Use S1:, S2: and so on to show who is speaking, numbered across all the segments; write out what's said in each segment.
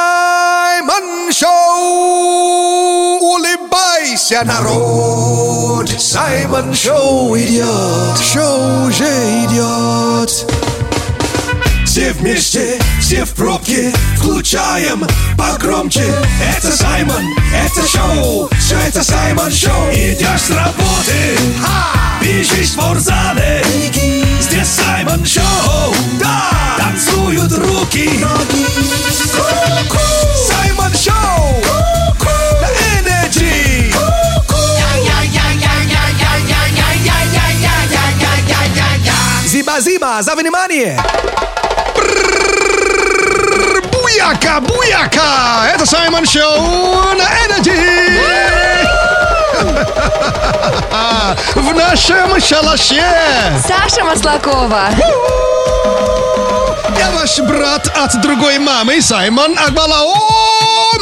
S1: Саймон Шоу! Улыбайся, народ! Саймон Шоу идет! Шоу уже идет! Все вместе, все в пробке, включаем погромче. Это Саймон, это шоу, все это Саймон Шоу. Идешь с работы, бежишь в спортзале. Здесь Саймон Шоу, да, танцуют руки. Ку-ку. Саймон Шоу, на Energy. Зиба-зиба, за внимание! Буяка, буяка! Это Саймон Шоу на Энерджи! В нашем шалаше!
S2: Саша Маслакова.
S1: Я ваш брат от другой мамы, Саймон Акбалао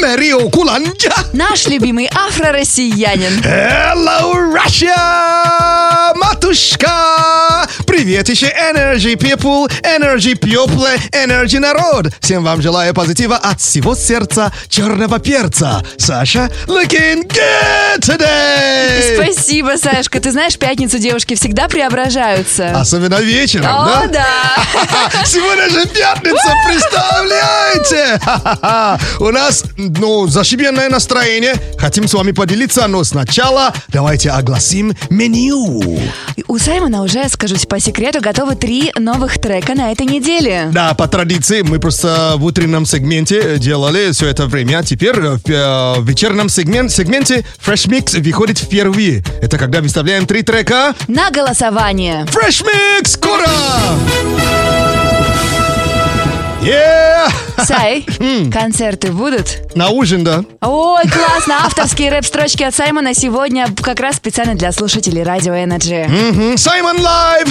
S1: Мэрио Куланджа.
S2: Наш любимый афро-россиянин.
S1: Hello, Russia! Матушка! Привет еще Energy People, Energy People, Energy Народ! Всем вам желаю позитива от всего сердца черного перца. Саша, looking good today!
S2: Спасибо, Сашка. Ты знаешь, в пятницу девушки всегда преображаются.
S1: Особенно вечером,
S2: О,
S1: да?
S2: да.
S1: Ха-ха, Сегодня же пятница, представляете? Ха-ха-ха. У нас, ну, зашибенное настроение. Хотим с вами поделиться, но сначала давайте огласим меню.
S2: У Саймона уже, скажусь по секрету, готовы три новых трека на этой неделе.
S1: Да, по традиции мы просто в утреннем сегменте э, делали все это время. Теперь э, в э, в вечернем сегмен- сегменте Fresh Mix выходит впервые. Это когда выставляем три трека.
S2: На голосование.
S1: Fresh Mix, скоро! Yeah!
S2: Сай, концерты будут?
S1: На ужин, да?
S2: Ой, классно! Авторские рэп-строчки от Саймона сегодня как раз специально для слушателей Радио Energy.
S1: Мгм. Саймон Лайв!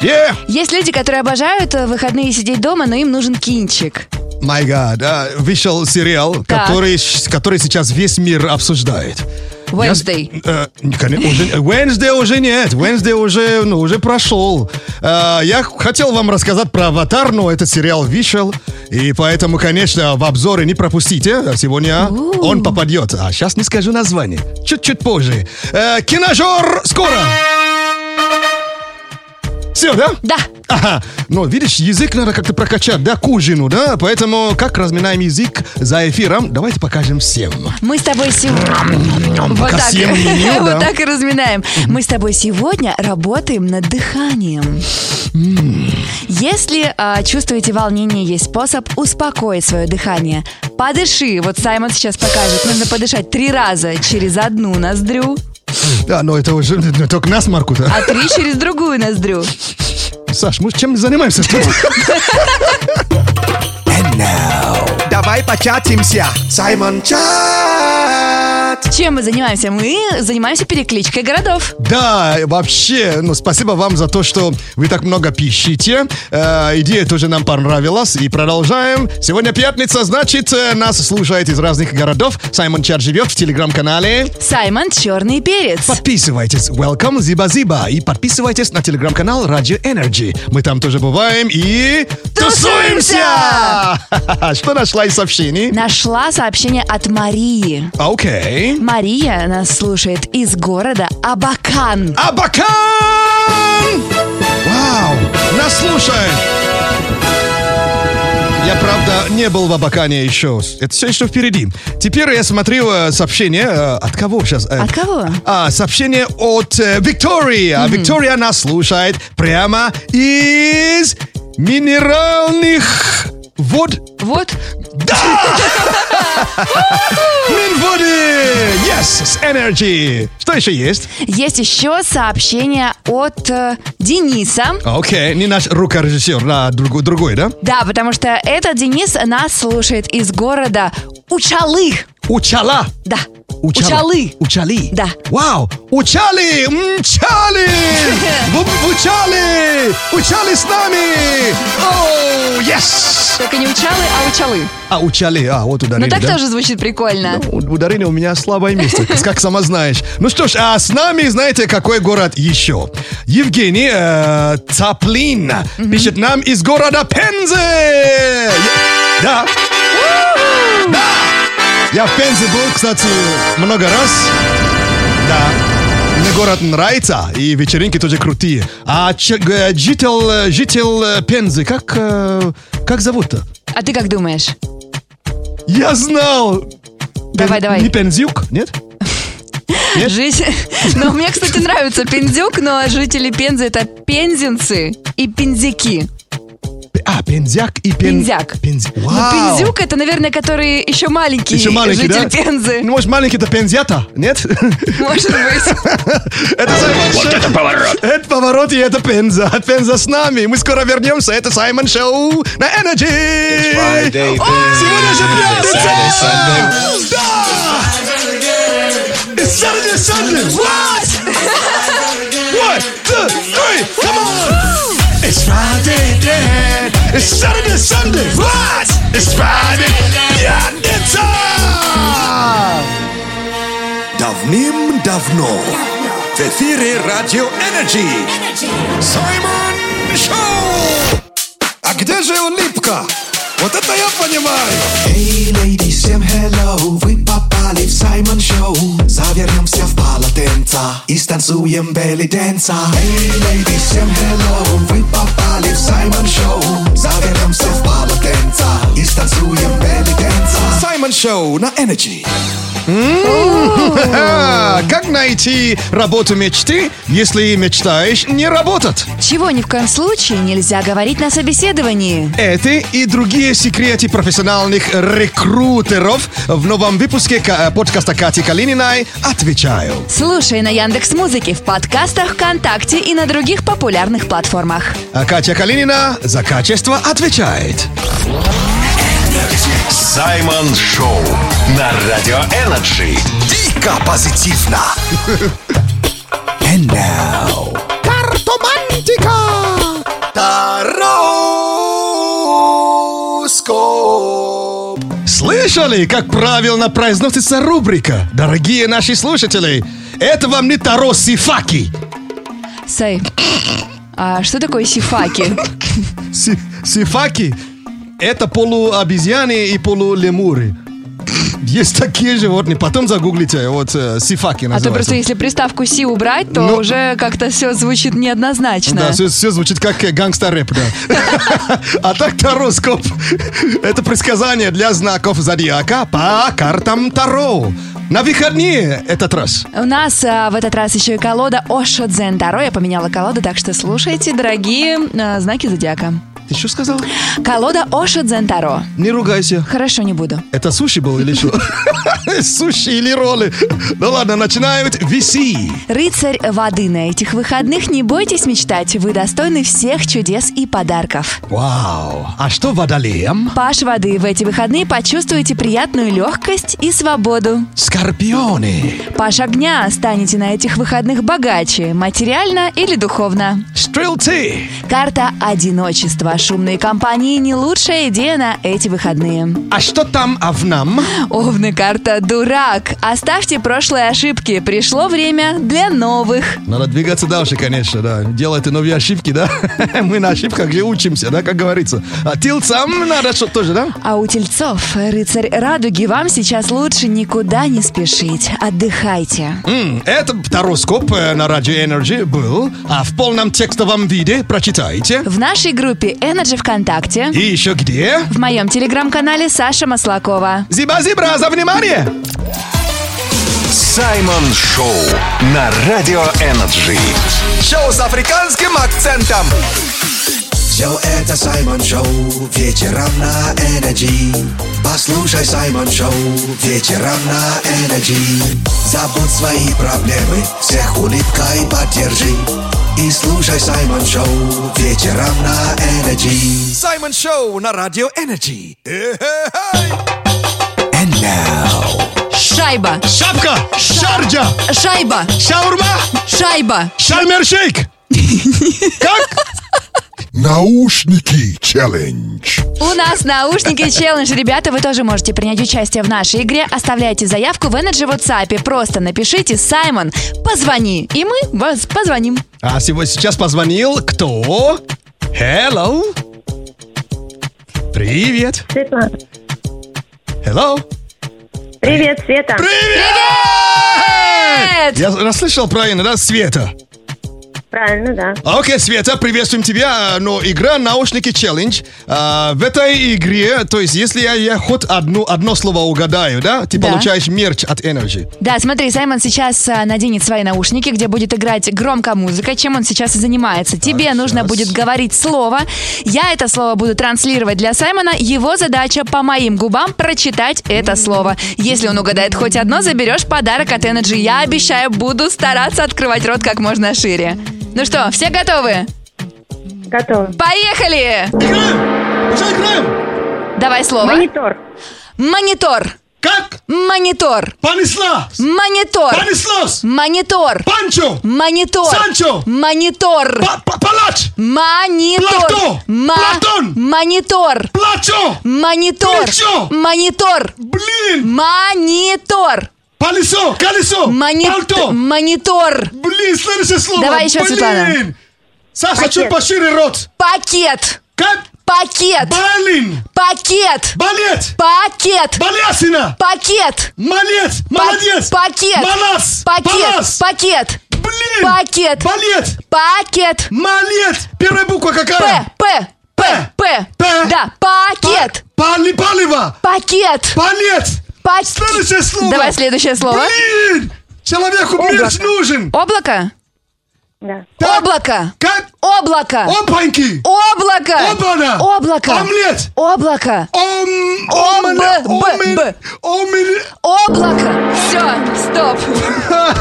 S1: Yeah!
S2: Есть люди, которые обожают э, выходные сидеть дома, но им нужен кинчик.
S1: My God, а, вышел сериал,
S2: Так.
S1: который, щ- который сейчас весь мир обсуждает. Я с-
S2: Wednesday.
S1: э, не, конечно, уже- Wednesday уже нет, Wednesday уже, ну, уже прошел. Э, я х- хотел вам рассказать про «Аватар», но этот сериал вышел, и поэтому, конечно, в обзоры не пропустите. а Сегодня он попадет. А сейчас не скажу название, чуть-чуть позже. Э, «Киножор» скоро! Все, да?
S2: Да.
S1: Ага, но видишь, язык надо как-то прокачать, да, к ужину, да? Поэтому как разминаем язык за эфиром, давайте покажем всем.
S2: Мы с тобой сегодня... Вот
S1: Пока
S2: так.
S1: съем меню, да.
S2: вот так и разминаем. Мы с тобой сегодня работаем над дыханием. Если а, чувствуете волнение, есть способ успокоить свое дыхание. Подыши. Вот Саймон сейчас покажет. Нужно подышать три раза через одну ноздрю,
S1: Да, но это уже ну, только нас, Марку,
S2: а три через другую ноздрю.
S1: Саш, мы чем занимаемся тут? Давай початимся. Саймон Чат.
S2: Чем мы занимаемся? Мы занимаемся перекличкой городов.
S1: Да, вообще, ну, спасибо вам за то, что вы так много пишите. Э, идея тоже нам понравилась. И продолжаем. Сегодня пятница, значит, э, нас слушают из разных городов. Саймон Чат живет в телеграм-канале.
S2: Саймон Черный Перец.
S1: Подписывайтесь. Welcome, Зиба Зиба. И подписывайтесь на телеграм-канал Radio Energy. Мы там тоже бываем и...
S2: Тусуемся!
S1: Тусуемся! Что нашла из сообщений?
S2: Нашла сообщение от Марии.
S1: Окей.
S2: Мария нас слушает из города Абакан.
S1: Абакан! Вау! Нас слушает! Я, правда, не был в Абакане еще. Это все еще впереди. Теперь я смотрю э, сообщение. э, от кого сейчас?
S2: От кого?
S1: А, сообщение от э, Виктории. А Виктория нас слушает прямо из минеральных вод.
S2: Вот.
S1: Да! Минводы! Yes! С Energy! Что еще есть?
S2: Есть еще сообщение от э, Дениса.
S1: Окей, не наш рукорежиссер, а другой, другой, да?
S2: Да, потому что этот Денис нас слушает из города Учалы.
S1: Учала!
S2: Да.
S1: Учала.
S2: Учалы.
S1: Учали?
S2: Да.
S1: Вау! Учали! Мчали! В- Учали! Учали с нами! О, Oh, yes! Ah,
S2: Только не учалы, а учалы.
S1: А, учали, а, вот
S2: Ну
S1: ударили,
S2: так
S1: да?
S2: тоже звучит прикольно.
S1: У- Ударение у меня слабое место, как- как сама знаешь. Ну что ж, а с нами, знаете, какой город еще? Евгений э, Цаплин пишет нам из города Пензы. Я- Да. Да. Я в Пензе был, кстати, много раз. Да. Мне город нравится, и вечеринки тоже крутые. А че- э, житель, э, житель э, Пензы, как, э, как зовут-то?
S2: А ты как думаешь?
S1: Я знал!
S2: Давай,
S1: Пен-
S2: давай.
S1: Не Пензюк, нет? Нет?
S2: Жизнь. Но мне, кстати, нравится пензюк, но жители Пензы это пензенцы и пензяки.
S1: П- А, Пензяк и Пен...
S2: Пензяк.
S1: Пенз-
S2: Но
S1: Вау!
S2: пензюк это, наверное, который еще маленький,
S1: Еще маленький,
S2: житель
S1: да?
S2: Пензы.
S1: Ну, может, маленький это Пензята, нет?
S2: Может быть.
S1: Это Саймон
S3: Вот
S1: Шоу.
S3: это поворот!
S1: Это поворот и это Пенза. Пенза с нами. Мы скоро вернемся. Это Саймон Шоу на Energy.
S3: Friday,
S1: О, Сегодня же
S3: Saturday,
S1: пятница. Да! It's Saturday, Sunday. What? One, two, three. Come on. It's Friday then. It's Saturday, Sunday. What? It's Friday. Пятница.
S4: Давним-давно в эфире Радио Энерджи Саймон Шоу! А где же улыбка? Вот это я понимаю!
S5: Hey, lady, всем hello Вы попали в Саймон Шоу Завернемся в полотенца И станцуем белли денца Hey, lady, всем hello Вы попали в Саймон Шоу Завернемся в полотенца И станцуем белли денца
S4: Саймон Шоу на Энерджи
S1: А, Как найти работу мечты, если мечтаешь не работать?
S2: Чего ни в коем случае нельзя говорить на собеседовании.
S1: Эти и другие секреты профессиональных рекрутеров в новом выпуске ка- э, подкаста Кати Калининой отвечаю.
S2: Слушай на Яндекс Музыке, в подкастах ВКонтакте и на других популярных платформах.
S1: А Катя Калинина за качество отвечает.
S3: Саймон Шоу на Радио Энерджи.
S4: Дико позитивно! And now... Картомантика! Тароскоп!
S1: Слышали, как правильно произносится рубрика? Дорогие наши слушатели, это вам не Таро Сифаки.
S2: Сай, а что такое сифаки? А
S1: Си- сифаки – это полуобезьяны и полулемуры. Есть такие животные. Потом загуглите. Вот э, сифаки
S2: А то
S1: называются.
S2: просто если приставку «си» убрать, то
S1: Ну-
S2: уже как-то все звучит неоднозначно.
S1: Да, все, звучит как э, гангстер-рэп, да. А так тароскоп. Это предсказание для знаков зодиака по картам Таро. На выходные этот раз.
S2: У нас а, в этот раз еще и колода Ошо Дзен Таро. Я поменяла колоду, так что слушайте, дорогие а, знаки зодиака.
S1: Ты что сказал?
S2: Колода Ошо Дзен Таро.
S1: Не ругайся.
S2: Хорошо, не буду.
S1: Это суши был или что? Суши или роллы? Ну ладно, начинают виси.
S2: Рыцарь воды на этих выходных. Не бойтесь мечтать, вы достойны всех чудес и подарков.
S1: Вау. А что водолеем?
S2: Паш воды в эти выходные почувствуете приятную легкость и свободу.
S1: Скорпионы.
S2: Паш огня станете на этих выходных богаче, материально или духовно.
S1: Стрелцы.
S2: Карта одиночества. Шумные компании не лучшая идея на эти выходные.
S1: А что там овнам?
S2: Овны карта дурак. Оставьте прошлые ошибки. Пришло время для новых.
S1: Надо двигаться дальше, конечно, да. Делайте новые ошибки, да. Мы на ошибках же учимся, да, как говорится. А тилцам надо что тоже, да?
S2: А у тельцов, рыцарь радуги, вам сейчас лучше никуда не спешить. Отдыхайте.
S1: М, Это тароскоп э, на Радио Energy был, а в полном текстовом виде прочитайте.
S2: В нашей группе Energy ВКонтакте,
S1: И еще где?
S2: в моем телеграм-канале Саша Маслакова.
S1: Зиба-зибра, за внимание!
S3: Саймон Шоу на Радио Энерджи.
S4: Шоу с африканским акцентом!
S5: Все это Саймон Шоу Вечером на Энерджи Послушай Саймон Шоу Вечером на Энерджи Забудь свои проблемы Всех улыбкой поддержи И слушай Саймон Шоу Вечером на Энерджи
S4: Саймон Шоу на Радио Энерджи And now...
S2: Шайба!
S1: Шапка, шарджа,
S2: Шайба!
S1: шаурма,
S2: Шайба!
S1: шальмершейк! Как?
S6: Наушники челлендж.
S2: У нас наушники челлендж. Ребята, вы тоже можете принять участие в нашей игре. Оставляйте заявку в Energy WhatsApp. Просто напишите «Саймон, позвони», и мы вас позвоним.
S1: А сегодня сейчас позвонил кто? Hello. Привет.
S7: Света.
S1: Hello.
S7: Привет, Света.
S1: Привет!
S2: Привет!
S1: Я расслышал правильно, да, Света?
S7: Правильно, да.
S1: Окей, Света, приветствуем тебя. А, Но игра «Наушники челлендж». а, в этой игре, то есть, если я, я хоть одну, одно слово угадаю, да, ты
S2: Да.
S1: получаешь мерч от Energy.
S2: Да, смотри, Саймон сейчас а, наденет свои наушники, где будет играть громкая музыка, чем он сейчас и занимается. Тебе нужно
S1: щас.
S2: будет говорить слово. Я это слово буду транслировать для Саймона. Его задача по моим губам прочитать это слово. Если он угадает хоть одно, заберешь подарок от Energy. Я обещаю, буду стараться открывать рот как можно шире. Ну что, все готовы?
S7: Готово.
S2: Поехали!
S1: Играем! Ну что, играем?
S2: Давай слово.
S7: Монитор.
S2: Монитор.
S1: Как?
S2: Монитор.
S1: Понесла!
S2: Монитор.
S1: Понеслась!
S2: Монитор.
S1: Панчо!
S2: Монитор.
S1: Санчо!
S2: Монитор.
S1: Па- па- Палач!
S2: Монитор.
S1: Плато!
S2: Ма-
S1: Платон!
S2: Монитор.
S1: Плачо!
S2: Монитор.
S1: Ты чё?
S2: Монитор.
S1: Блин!
S2: Монитор.
S1: Колесо! Колесо!
S2: Мони-
S1: Пальто!
S2: Монитор.
S1: Блин, следующее слово!
S2: Давай ещё,
S1: Блин!
S2: Светлана.
S1: Саша,
S7: Пакет.
S1: чуть пошире рот!
S2: Пакет.
S1: Как?
S2: Пакет.
S1: Блин!
S2: Пакет.
S1: Балет!
S2: Пакет.
S1: Балясина!
S2: Пакет.
S1: Молец! Молодец!
S2: Па- Пакет.
S1: Балас!
S2: Пакет.
S1: Балас!
S2: Пакет.
S1: Блин!
S2: Пакет.
S1: Балет!
S2: Пакет.
S1: Молец! Первая буква
S2: П.
S1: какая?
S2: П. П. П.
S1: П.
S2: Да. Пакет.
S1: Пали, палево!
S2: Пакет.
S1: Балет!
S2: Пакет.
S1: Следующее слово!
S2: Давай следующее слово.
S1: Блин! Человеку мерч нужен!
S2: Облако.
S7: Да.
S1: Так,
S2: Облако.
S1: Как?
S2: Облако.
S1: Опаньки!
S2: Облако.
S1: Обана.
S2: Облако.
S1: Омлет.
S2: Облако.
S1: Ом...
S2: Ом-
S1: Омеле-
S2: Б- Б-
S1: омеле-
S2: Б.
S1: омеле-
S2: Облако. Все, стоп.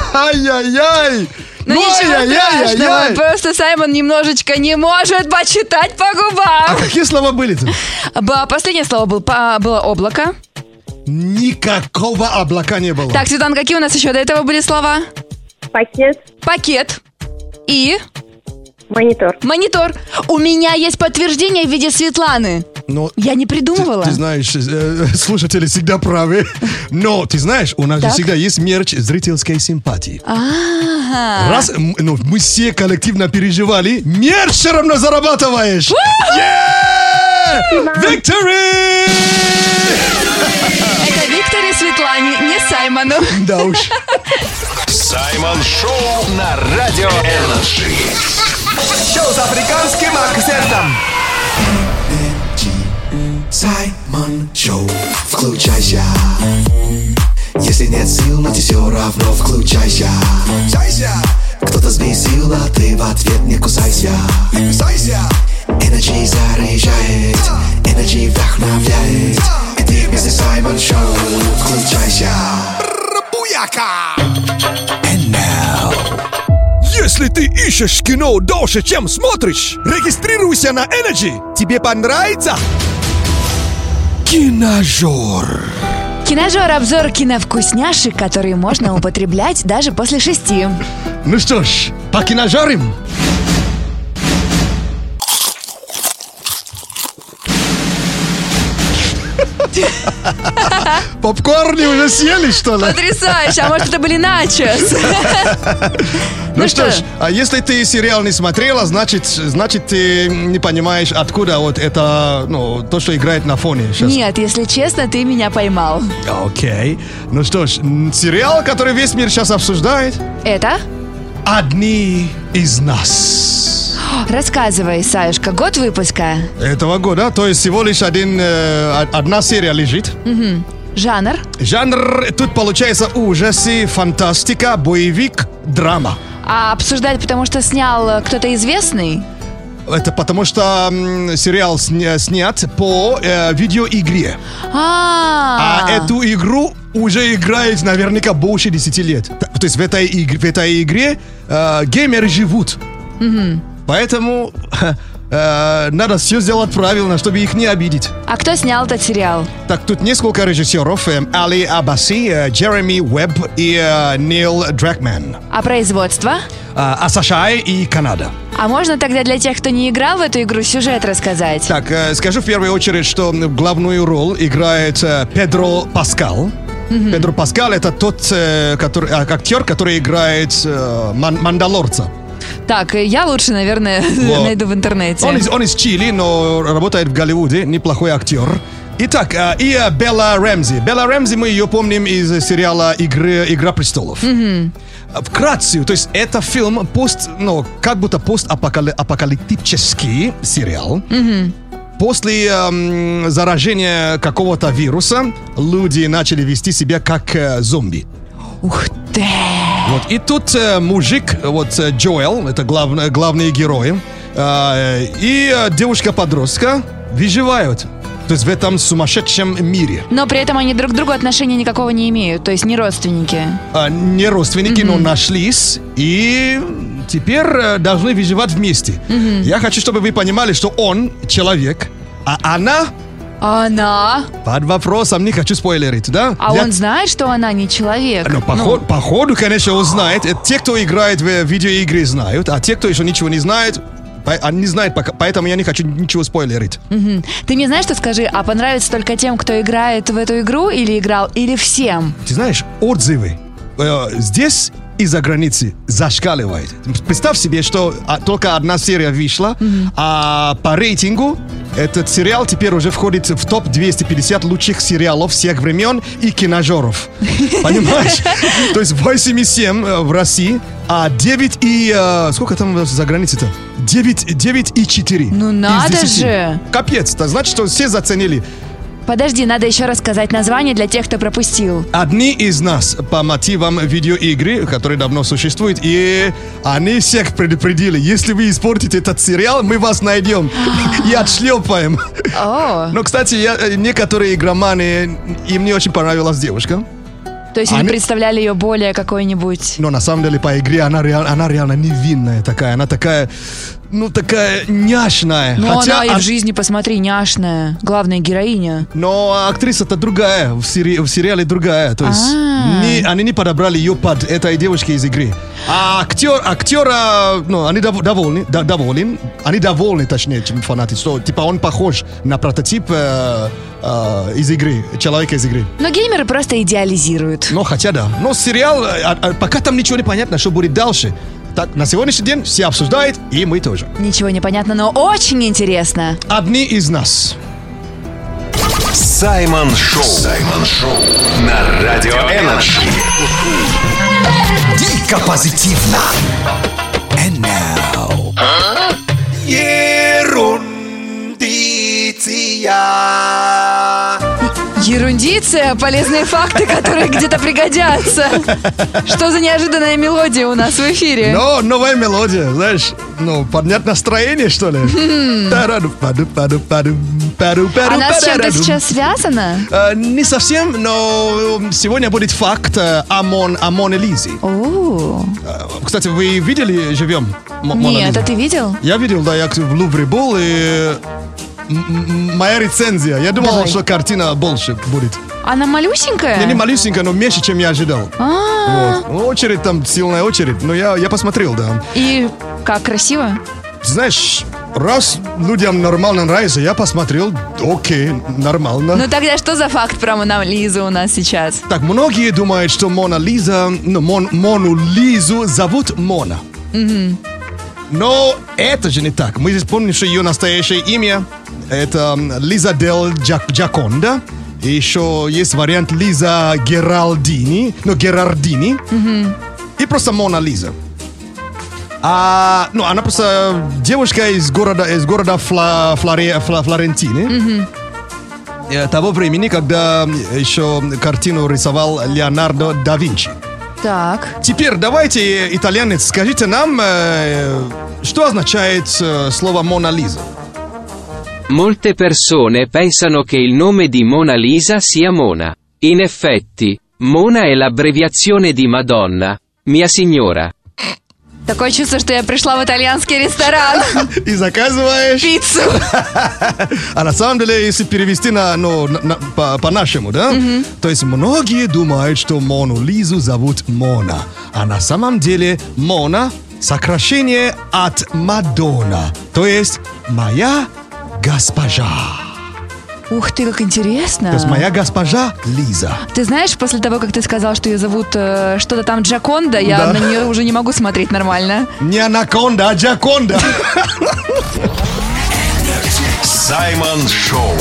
S1: Ай-яй-яй!
S2: Ну, ничего страшного. Просто Саймон немножечко не может почитать по
S1: А
S2: губам.
S1: какие слова были-то?
S2: Б- Последнее слово был, по- было облако.
S1: Никакого облака не было.
S2: Так, Светлана, какие у нас еще до этого были слова?
S7: Пакет.
S2: Пакет и
S7: Монитор.
S2: монитор. У меня есть подтверждение в виде Светланы.
S1: Но
S2: Я не придумывала.
S1: Ты знаешь, э, слушатели всегда правы. Но ты знаешь, у нас же
S2: Так. А.
S1: всегда есть мерч зрительской симпатии.
S2: Ага.
S1: Раз м, ну, мы все коллективно переживали, мерч все равно зарабатываешь. Yeah! Victory!
S2: Это Викторе Светлане, не Саймону.
S1: Да уж.
S3: Саймон Шоу на Радио Энерджи.
S8: Шоу с африканским акцентом.
S5: Саймон Шоу, включайся. Если нет сил, но ты все равно включайся. Кто-то сбесил, а ты в ответ не кусайся. Energy заряжает, Energy вдохновляет. Это вместе Саймон Шоу, включайся.
S6: Если ты ищешь кино дольше, чем смотришь, регистрируйся на Energy. Тебе понравится? Киножор.
S2: Киножор обзор киновкусняшек, которые можно употреблять даже после шести.
S1: Ну что ж, покиножарим. Попкорны уже съели, что ли?
S2: Потрясающе! А может, это были начос?
S1: Ну что ж, а если ты сериал не смотрела, значит, значит ты не понимаешь, откуда вот это, ну, то, что играет на фоне сейчас.
S2: Нет, если честно, ты меня поймал.
S1: Окей. Ну что ж, м, сериал, который весь мир сейчас обсуждает,
S2: Это?
S1: «Одни из нас».
S2: Рассказывай, Саюшка, год выпуска,
S1: Этого года, то есть всего лишь один, э, од- одна серия лежит.
S2: жанр.
S1: Жанр тут получается ужасы, фантастика, боевик, драма.
S2: А обсуждать, потому что снял э, кто-то известный?
S1: Это потому что м, сериал сня- снят по э, видеоигре.
S2: А,
S1: А эту игру уже играет наверняка больше 10 лет. Т- То есть в этой, иг- в этой игре э, геймеры живут. Поэтому Э, надо все сделать правильно, чтобы их не обидеть.
S2: А кто снял этот сериал?
S1: Так, тут несколько режиссеров. э, Али Абаси, э, Джереми Уэбб и э, Нил Дракмен.
S2: А производство?
S1: А США и Канада.
S2: А можно тогда для тех, кто не играл в эту игру, сюжет рассказать?
S1: Так, э, скажу в первую очередь, что м, главную роль играет э, Педро Паскал. Педро Паскал это тот э, который, а, актер, который играет э, ман- Мандалорца.
S2: Так, э, я лучше, наверное,
S1: Вот.
S2: найду в интернете.
S1: Он из, он из Чили, но работает в Голливуде, неплохой актер. Итак, э, и э, Белла Рэмзи. Белла Рэмзи, мы ее помним из э, сериала «Игры, «Игра престолов». Вкратце, то есть это фильм, пост, ну, как будто постапокалиптический сериал. После эм, заражения какого-то вируса люди начали вести себя как э, зомби.
S2: Ух ты!
S1: Вот. И тут э, мужик, вот э, Джоэл, это главный, главные герои, э, и э, девушка-подростка выживают. То есть в этом сумасшедшем мире.
S2: Но при этом они друг к другу отношения никакого не имеют, то есть не родственники.
S1: А, не родственники, но нашлись и теперь э, должны выживать вместе. Я хочу, чтобы вы понимали, что он человек, а она
S2: А Она?
S1: под вопросом, не хочу спойлерить, да?
S2: А
S1: Я-
S2: он знает, что она не человек?
S1: Ну, по, ход- по ходу, конечно, он знает. Это те, кто играет в видеоигры, знают. А те, кто еще ничего не знает, по- они не знают пока. Поэтому я не хочу ничего спойлерить.
S2: Мгм. Ну, Ты мне знаешь, что скажи, а понравится только тем, кто играет в эту игру или играл, или всем?
S1: Ты знаешь, отзывы э, здесь и за границей зашкаливает. Представь себе, что а, только одна серия вышла, а по рейтингу этот сериал теперь уже входит в топ-250 лучших сериалов всех времен и киножоров. Понимаешь? То есть 8,7 э, в России, а 9 и... э, Сколько там за границей-то? 9, 9 и 4.
S2: Ну надо же!
S1: Капец-то, значит, что все заценили.
S2: Подожди, надо еще рассказать название для тех, кто пропустил.
S1: Одни из нас по мотивам видеоигры, которые давно существуют, и они всех предупредили, если вы испортите этот сериал, мы вас найдем и отшлепаем.
S2: О,
S1: Но, кстати, я, э, некоторые игроманы, им не очень понравилась девушка,
S2: то есть они
S1: они-
S2: представляли ее более какой-нибудь...
S1: но на самом деле по игре она, реаль- она реально невинная такая, она такая, ну такая няшная.
S2: Но
S1: Хотя
S2: Ну, она и в
S1: ак-
S2: жизни, посмотри, няшная. Главная героиня.
S1: Но актриса-то другая, в, сери- в сериале другая. То есть
S2: А.
S1: не- они не подобрали ее под этой девушки из игры. А актер, актера, ну, они дов- довольны, да- доволен, они довольны, точнее, чем фанаты, что, типа, он похож на прототип э, э, из игры, человека из игры.
S2: Но геймеры просто идеализируют.
S1: Но хотя да. Но сериал, э, а- а пока там ничего не понятно, что будет дальше. Так, на сегодняшний день все обсуждают, и мы тоже.
S2: Ничего не понятно, но очень интересно.
S1: Одни из нас.
S3: Саймон Шоу. Саймон Шоу на Радио Энерджи.
S5: Дико позитивно. And now.
S4: Ерундиция.
S2: Ерундиция, полезные факты, которые где-то пригодятся. Что за неожиданная мелодия у нас в эфире?
S1: Но новая мелодия, знаешь, ну, поднять настроение, что ли? Тараду, паду, паду, паду, паду, паду,
S2: Она с чем-то
S1: падараду.
S2: сейчас связана?
S1: Э, Не совсем, но э, сегодня будет факт э, о Мон, о Моне Лизе.
S2: О,
S1: Э, Кстати, вы видели «Живем» М- Мона
S2: нет,
S1: Лизу?
S2: а ты видел?
S1: Я видел, да, я в Лувре был, и м- м- моя рецензия. Я думал,
S2: Давай.
S1: что картина больше будет.
S2: Она малюсенькая?
S1: Я Ну, не малюсенькая, но меньше, чем я ожидал.
S2: А,
S1: Вот. Ну, Очередь там, сильная очередь, но я, я посмотрел, да.
S2: И как красиво?
S1: Знаешь, раз людям нормально нравится, я посмотрел, окей, нормально.
S2: Ну тогда что за факт про Мону Лизу у нас сейчас?
S1: Так, многие думают, что Мона Лиза, ну, Мон- Мону Лизу зовут Мона. Но это же не так. Мы здесь помним, что ее настоящее имя это м, Лиза Дел Джак- Джаконда. И еще есть вариант Лиза Геральдини, ну, Герардини. И просто Мона Лиза. А, ну, она просто девушка из города, из города Фла- Флоре- Фла- Флорентины. Э, того времени, когда еще картину рисовал Леонардо да Винчи.
S2: Так.
S1: Теперь давайте, э, итальянец, скажите нам, э, что означает э, слово «Мона Лиза».
S9: Molte persone pensano che il nome di Mona Lisa sia Mona. In effetti, Mona è l'abbreviazione di Madonna, mia signora.
S2: Такое чувство, что я пришла в итальянский ресторан.
S1: И заказываешь.
S2: Пиццу.
S1: А на самом деле, если перевести на, ну, на- на- по- по-нашему, да? То есть многие думают, что Мону Лизу зовут Мона. А на самом деле Мона — сокращение от Мадонна. То есть «моя госпожа».
S2: Ух ты, как интересно.
S1: То есть «моя госпожа Лиза».
S2: Ты знаешь, после того, как ты сказал, что ее зовут э, что-то там Джаконда, я
S1: Да.
S2: на нее уже не могу смотреть нормально.
S1: Не анаконда, а джаконда.
S3: Саймон Шоу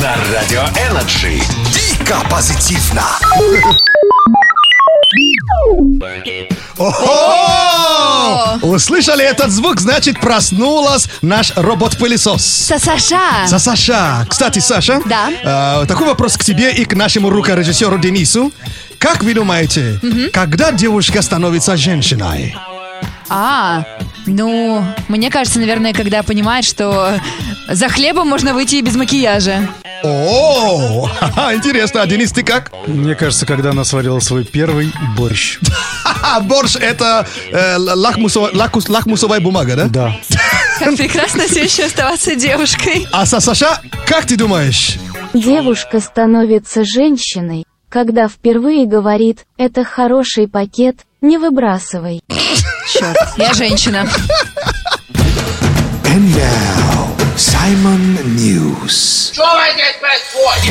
S3: на Радио Энерджи.
S5: Дико позитивно.
S1: О! Услышали этот звук, значит, проснулась наш робот-пылесос.
S2: Саша.
S1: За Саша. Кстати, Саша.
S2: Да.
S1: э, такой вопрос к тебе и к нашему рукорежиссеру Денису. Как вы думаете, когда девушка становится женщиной?
S2: А, ну, мне кажется, наверное, когда понимает, что за хлебом можно выйти и без макияжа.
S1: О, ха-ха, интересно, а Денис, ты как?
S10: Мне кажется, когда она сварила свой первый борщ.
S1: Ха-ха, борщ это э, л- лакмусовая, лакус- лакмусовая бумага, да?
S10: Да.
S2: Как прекрасно все еще оставаться девушкой.
S1: А Са- Саша, как ты думаешь?
S11: Девушка становится женщиной, когда впервые говорит «это хороший пакет, не выбрасывай».
S2: Черт, я женщина.
S5: And now, Simon News.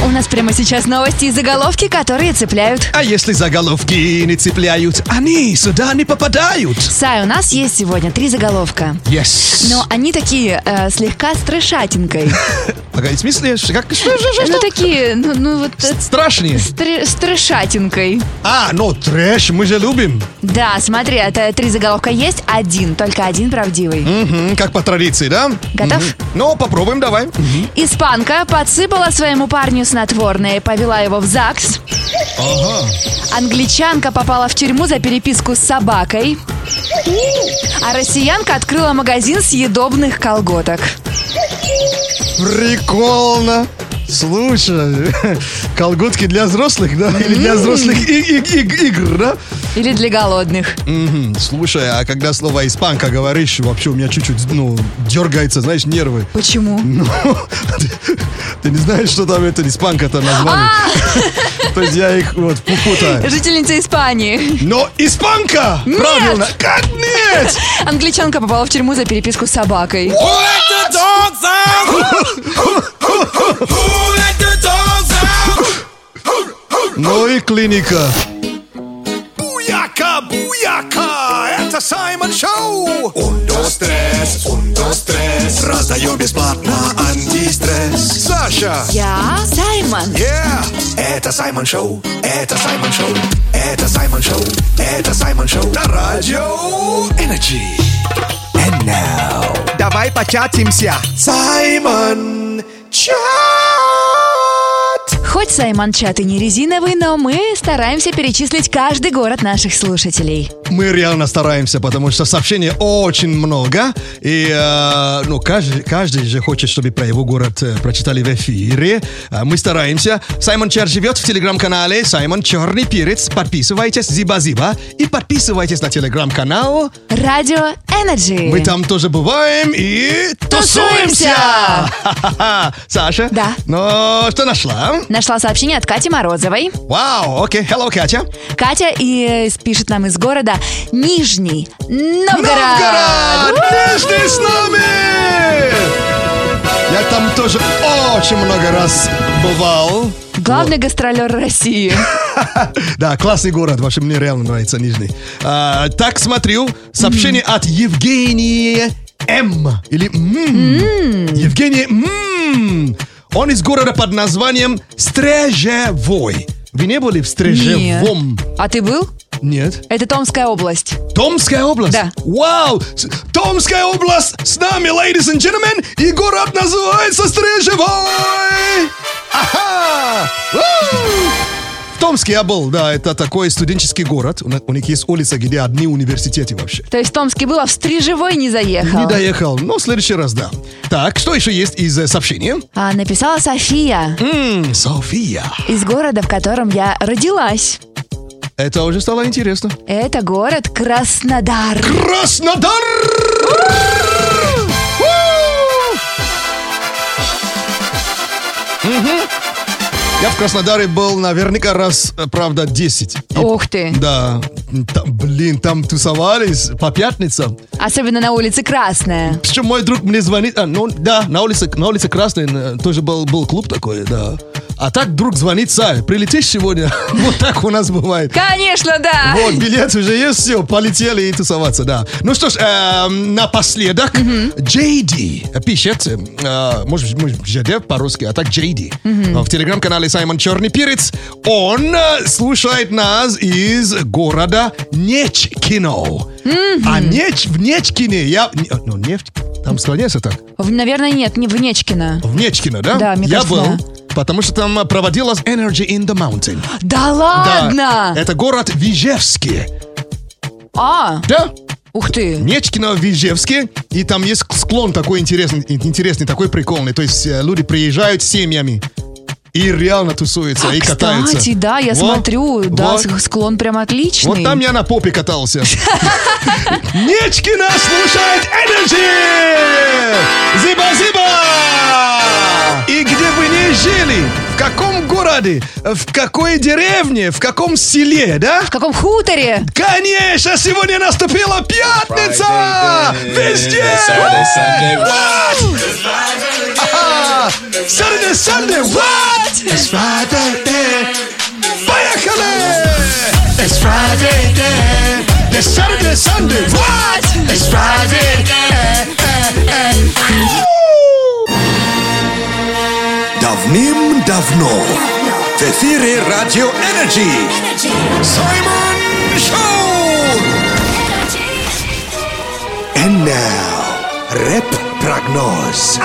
S2: У нас прямо сейчас новости и заголовки, которые цепляют.
S1: А если заголовки не цепляют, они сюда не попадают.
S2: Сай, у нас есть сегодня три заголовка.
S1: Yes.
S2: Но они такие э, слегка с трешатинкой.
S1: Погоди, в смысле, ш- как что- что- что-
S2: Ну такие, ну, ну вот э,
S1: что? страшнее?
S2: с тре- с трешатинкой.
S1: А, ну трэш мы же любим.
S2: Да, смотри, это три заголовка есть, один, только один правдивый.
S1: Мгм, как по традиции, да?
S2: Готов?
S1: Мгм. Ну, попробуем, давай.
S2: Испанка подсыпала своему парню снотворное и повела его в ЗАГС. Англичанка попала в тюрьму за переписку с собакой. А россиянка открыла магазин съедобных колготок.
S1: Прикольно. Слушай, колготки для взрослых, да? Или для взрослых и- и- и- игр, да?
S2: Или для голодных.
S1: Мгм. Слушай, а когда слово «испанка» говоришь, вообще у меня чуть-чуть, ну, дергается, знаешь, нервы.
S2: Почему?
S1: Ну, ты, ты не знаешь, что там это испанка-то название? То есть я их вот пу- путаю.
S2: Жительница Испании.
S1: Но испанка! Правильно! Как нет?
S2: Англичанка попала в тюрьму за переписку с собакой.
S1: Ну и клиника.
S4: Буяка, буяка, это Саймон Шоу. Он до стресс, он до стресс.
S5: Раздаю бесплатно антистресс.
S4: Саша.
S2: Я Саймон.
S4: Yeah.
S5: Это Саймон Шоу, это Саймон Шоу, это Саймон Шоу, это Саймон Шоу. На радио Energy. And now,
S8: Давай початимся.
S5: Саймон Чат.
S2: Хоть Саймон чат и не резиновый, но мы стараемся перечислить каждый город наших слушателей.
S1: Мы реально стараемся, потому что сообщений очень много. И э, ну, каждый, каждый же хочет, чтобы про его город э, прочитали в эфире. А мы стараемся. Саймон Чар живет в телеграм-канале Саймон Черный Перец. Подписывайтесь, зиба-зиба. И подписывайтесь на телеграм-канал.
S2: Радио Energy.
S1: Мы там тоже бываем и
S2: Тусуемся!
S1: тусуемся! Ха-ха-ха. Саша?
S2: Да.
S1: Ну, что нашла?
S2: Нашла сообщение от Кати Морозовой.
S1: Вау, окей, hello, Катя.
S2: Катя и э, пишет нам из города Нижний Новгород.
S1: Новгород! Нежный с нами! Я там тоже очень много раз бывал.
S2: Главный гастролер России.
S1: Да, классный город, вообще мне реально нравится Нижний. А, так, смотрю, сообщение от Евгении М. Или М. Евгений М. Он из города под названием Стрежевой. Вы не были в Стрежевом?
S2: А ты был?
S1: Нет.
S2: Это Томская область.
S1: Томская область?
S2: Да.
S1: Вау! С- Томская область с нами, ladies and gentlemen, и город называется Стрежевой! Ага! Уу! В Томске я был, да, это такой студенческий город. У на- у них есть улица, где одни университеты вообще.
S2: То есть в Томске был, а в Стрижевой не заехал.
S1: Не доехал, но в следующий раз, да. Так, что еще есть из э, сообщения?
S2: А написала София
S1: М, София.
S2: из города, в котором я родилась.
S1: Это уже стало интересно.
S2: Это город Краснодар.
S1: Краснодар! Мгм. Я в Краснодаре был наверняка раз, э, правда, 10. И-
S2: Ух ты.
S1: Да. Там, блин, там тусовались по пятницам.
S2: Особенно на улице Красная.
S1: Причем мой друг мне звонит, а, ну да, на улице, на улице Красной э, тоже был, был клуб такой, да. А так друг звонит, Сай, прилетишь сегодня? Вот так у нас бывает.
S2: Конечно, да.
S1: Вот, билет уже есть, все, полетели и тусоваться, да. Ну что ж, эм, напоследок, Джейди пишет, э, может, может, JD по-русски, а так Джейди,
S12: Мгм.
S1: в телеграм-канале Саймон Черный Перец. Он э, слушает нас из города Нечкино. А Неч, в Нечкине я... не- Ну, нефть, там склоняется так.
S2: В- наверное, нет, не в Нечкино.
S1: В Нечкино, да?
S2: Да, мне
S1: Я
S2: кажется,
S1: был, потому что там э, проводилась Energy in the Mountain.
S2: Да
S1: Да, э,
S2: ладно!
S1: это город Вижевский.
S2: А,
S1: Да?
S2: Ух ты!
S1: Нечкино в Вижевске, и там есть склон такой интересный, интересный такой прикольный. То есть э, люди приезжают с семьями и реально тусуются, и катаются.
S2: А, кстати, да, я
S1: Во,
S2: смотрю, да,
S1: во.
S2: ск- склон прям отличный.
S1: Вот там я на попе катался. Нечкина слушает Energy! Зиба-зиба! И где бы ни жили, в каком городе, в какой деревне, в каком селе, да? В
S2: каком хуторе?
S1: Конечно, сегодня наступила пятница! Везде!
S12: Saturday, Sunday,
S1: What? Ага! Saturday, Sunday, what? It's Friday, day. Поехали! It's Friday, day. The Saturday, Sunday, what? It's Friday, day.
S4: Давным-давно в эфире Радио Энерджи Саймон Шоу!
S5: And now, рэп-прогноз.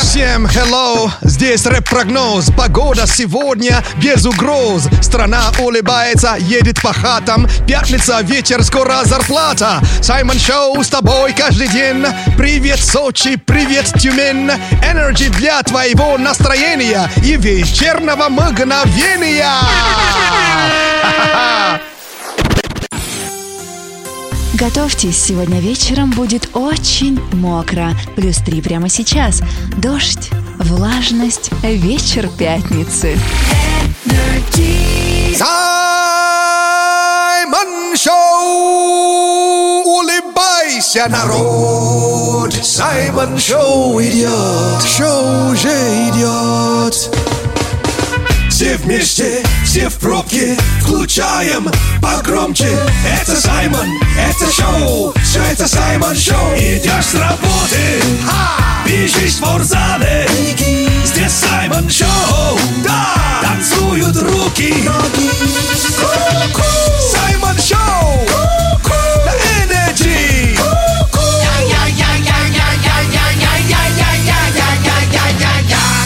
S1: Всем hello, здесь рэп-прогноз Погода сегодня без угроз Страна улыбается, едет по хатам Пятница, вечер, скоро зарплата Саймон Шоу с тобой каждый день Привет, Сочи, привет, Тюмень Энерджи для твоего настроения И вечернего мгновения
S2: Готовьтесь, сегодня вечером будет очень мокро. Плюс 3 прямо сейчас. Дождь, влажность, вечер пятницы.
S4: Саймон Шоу! Улыбайся, народ! Саймон Шоу идет! Шоу уже идет! Все вместе, все в пробке, включаем погромче. Это Саймон, это шоу, все это Саймон Шоу. Идешь с работы, бежишь в спортзале. Здесь Саймон Шоу, да, танцуют руки. Ку-ку. Саймон Шоу, на Energy.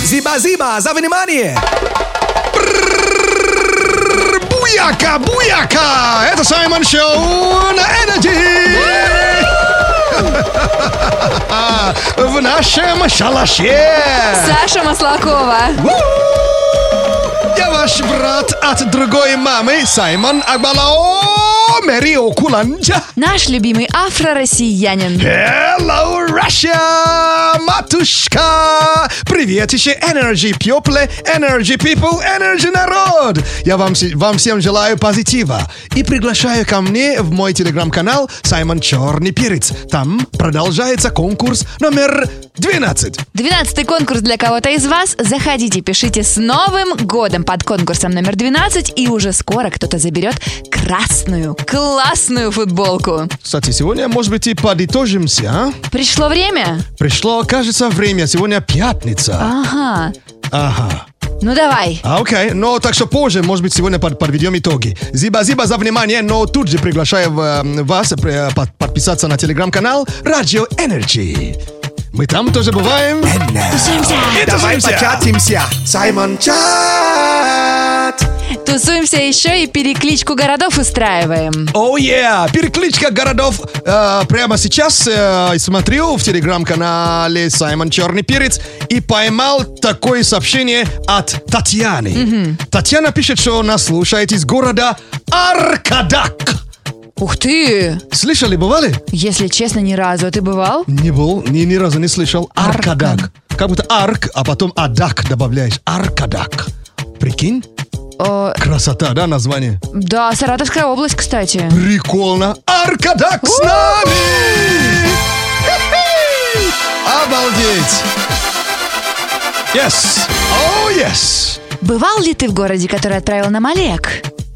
S8: Зиба-зиба, за внимание!
S1: Буяка, буяка! Это Саймон Шоу на Энерджи! В нашем шалаше!
S2: Саша Маслакова.
S1: Я ваш брат от другой мамы, Саймон Агбалао Мерио Куланджа.
S2: Наш любимый афро-россиянин.
S1: Hello, Russia! Матушка! Привет еще Energy People, Energy People, Energy Народ! Я вам, се- вам всем желаю позитива и приглашаю ко мне в мой телеграм-канал Саймон Черный Перец. Там продолжается конкурс номер 12.
S2: Двенадцатый конкурс для кого-то из вас. Заходите, пишите с Новым годом под конкурсом номер 12, и уже скоро кто-то заберет красную, классную футболку.
S1: Кстати, сегодня, может быть, и подытожимся, а?
S2: Пришло время?
S1: Пришло, кажется, время. Сегодня пятница.
S2: Ага.
S1: Ага.
S2: Ну давай.
S1: А, Окей, но так что позже, может быть, сегодня под- подведем итоги. Зиба-зиба за внимание, но тут же приглашаю э, вас э, под- подписаться на телеграм-канал Radio Energy. Мы там тоже бываем.
S8: Давай
S1: Тусуемся.
S8: початимся! Саймон Чат!
S2: Тусуемся еще и перекличку городов устраиваем.
S1: Оу, Перекличка городов э, прямо сейчас. э, смотрю в телеграм-канале Саймон Черный Перец и поймал такое сообщение от Татьяны. Татьяна пишет, что нас слушает из города Аркадак.
S2: Ух ты!
S1: Слышали, бывали?
S2: Если честно, ни разу. А ты бывал?
S1: Не был, ни, ни разу не слышал. Аркадак. Как будто арк, а потом адак добавляешь. Аркадак. Прикинь?
S2: Э,
S1: Красота, да, название?
S2: да, Саратовская область, кстати.
S1: Прикольно. Аркадак с нами! Хе-хей! Обалдеть! Yes! Oh, yes!
S2: Бывал ли ты в городе, который отправил нам Олег?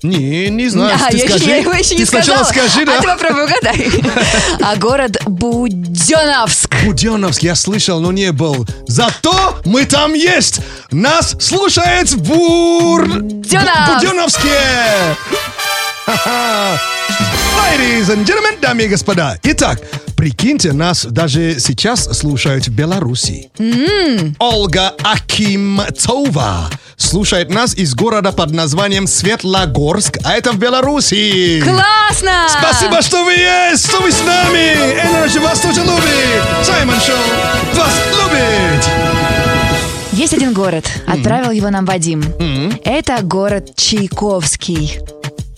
S1: Не, не знаю,
S2: Да,
S1: ты
S2: я,
S1: скажи.
S2: я его еще
S1: ты
S2: не
S1: сначала
S2: сказала.
S1: скажи, да?
S2: А ты попробуй угадай. А город Буденновск.
S1: Буденновск я слышал, но не был. Зато мы там есть! Нас слушает в Бур...
S2: Буденновск.
S1: Буденновске! Ха-ха. Ladies and gentlemen, дамы и господа. Итак, прикиньте, нас даже сейчас слушают в Беларуси. Ольга Акимцова слушает нас из города под названием Светлогорск, а это в Беларуси.
S2: Классно!
S1: Спасибо, что вы есть, что вы с нами. Energy вас тоже любит. Саймон Шоу вас любит.
S2: Есть один город. Отправил его нам Вадим. Это город Чайковский.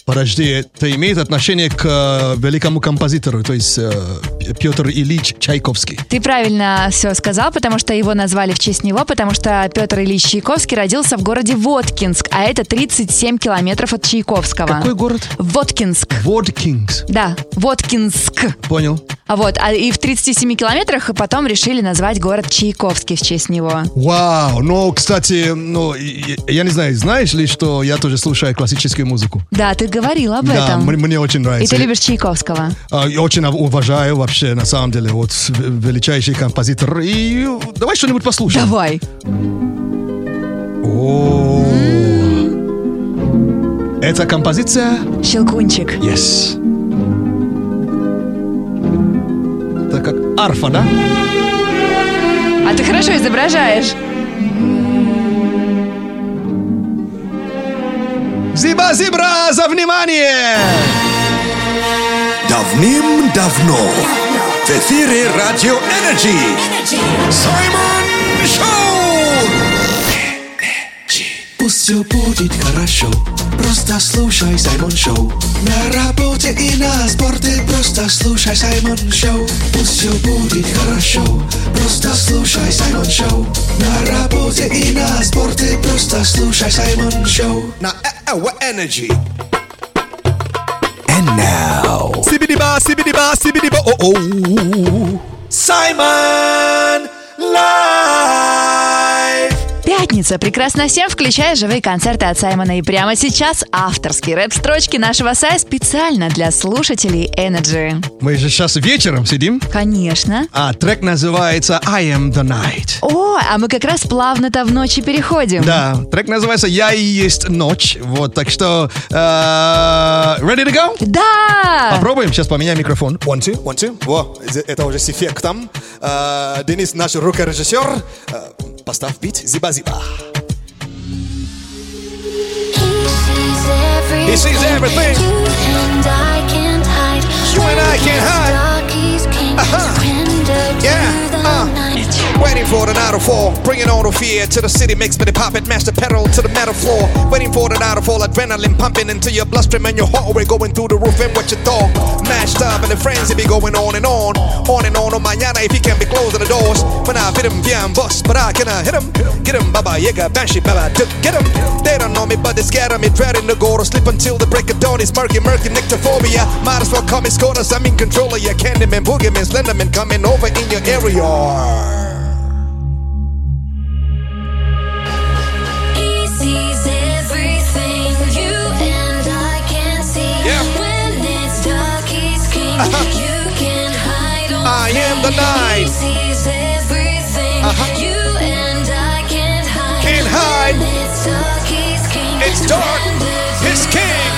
S1: Подожди, это имеет отношение к э, великому композитору, то есть э, П- Петр Ильич Чайковский.
S2: Ты правильно все сказал, потому что его назвали в честь него, потому что Петр Ильич Чайковский родился в городе Воткинск, а это 37 километров от Чайковского.
S1: Какой город?
S2: Воткинск.
S1: Водкингс.
S2: Да, Воткинск.
S1: Понял.
S2: А Вот, а и в 37 километрах потом решили назвать город Чайковский в честь него.
S1: Вау, ну, кстати, ну, и- и- я не знаю, знаешь ли, что я тоже слушаю классическую музыку?
S2: Да, ты говорил об
S1: да,
S2: этом.
S1: м- мне очень
S2: Ну, И
S1: нравится.
S2: ты любишь Чайковского.
S1: А, я очень уважаю вообще, на самом деле, вот в- величайший композитор. И э, давай что-нибудь послушаем.
S2: Давай.
S1: О. Это композиция?
S2: Щелкунчик.
S1: Yes. Это как арфа, да?
S2: А ты хорошо изображаешь.
S1: Зиба-зибра за внимание!
S4: Давным-давно в эфире Радио Энерджи Саймон Шоу!
S5: Пусть все будет хорошо Просто слушай Саймон Шоу На работе и на спорте Просто слушай Саймон Шоу Пусть все будет хорошо Просто слушай Саймон Шоу На работе и на спорте Просто слушай Саймон Шоу
S4: На э, Энерджи
S6: Сибидиба, сибидиба, сибидиба, о-о.
S4: Саймон Лайв!
S2: Пятница. Прекрасно всем, включая живые концерты от Саймона. И прямо сейчас авторские рэп-строчки нашего Сая специально для слушателей Energy.
S1: Мы же сейчас вечером сидим,
S2: Конечно.
S1: а трек называется «I am the night».
S2: О, а мы как раз плавно-то в ночи переходим.
S1: Да, трек называется «Я и есть ночь». Вот, так что... э, ready to go?
S2: Да!
S1: Попробуем, сейчас поменяем микрофон.
S4: One, two, one, two. Во, э, это уже с эффектом. Э, Денис, наш рукорежиссер. Э, Поставь бит. Зиба-зиба.
S12: He sees everything. You and I can't hide. You and I can't hide.
S4: Uh-huh. Yeah, uh. Waiting for the night to fall, bringing all the fear to the city, makes me the pop it, mash the pedal to the metal floor. Waiting for the night to fall, adrenaline pumping into your bloodstream and your heart rate going through the roof. And what you thought, mashed up and the frenzy be going on and on, on and on. On mañana if you can be closing the doors. When I hit him, yeah I'm boss, but I can I hit him, get him, Baba Yaga, Banshee, Baba, Duke, get him. They don't know me, but they scared of me, dreading to go to sleep until the break of dawn. It's murky, murky, nectophobia. Might as well call me scorers, I'm in control of your Candyman, Boogeyman, Slenderman coming over in your area.
S12: He sees everything you and I can't see. When it's dark, he's king. You can hide on
S4: Uh-huh. I am the night. Uh-huh.
S12: He sees everything you and I can't hide.
S4: Can't hide.
S12: When it's dark, he's king.
S4: It's dark.
S12: And
S4: It's king.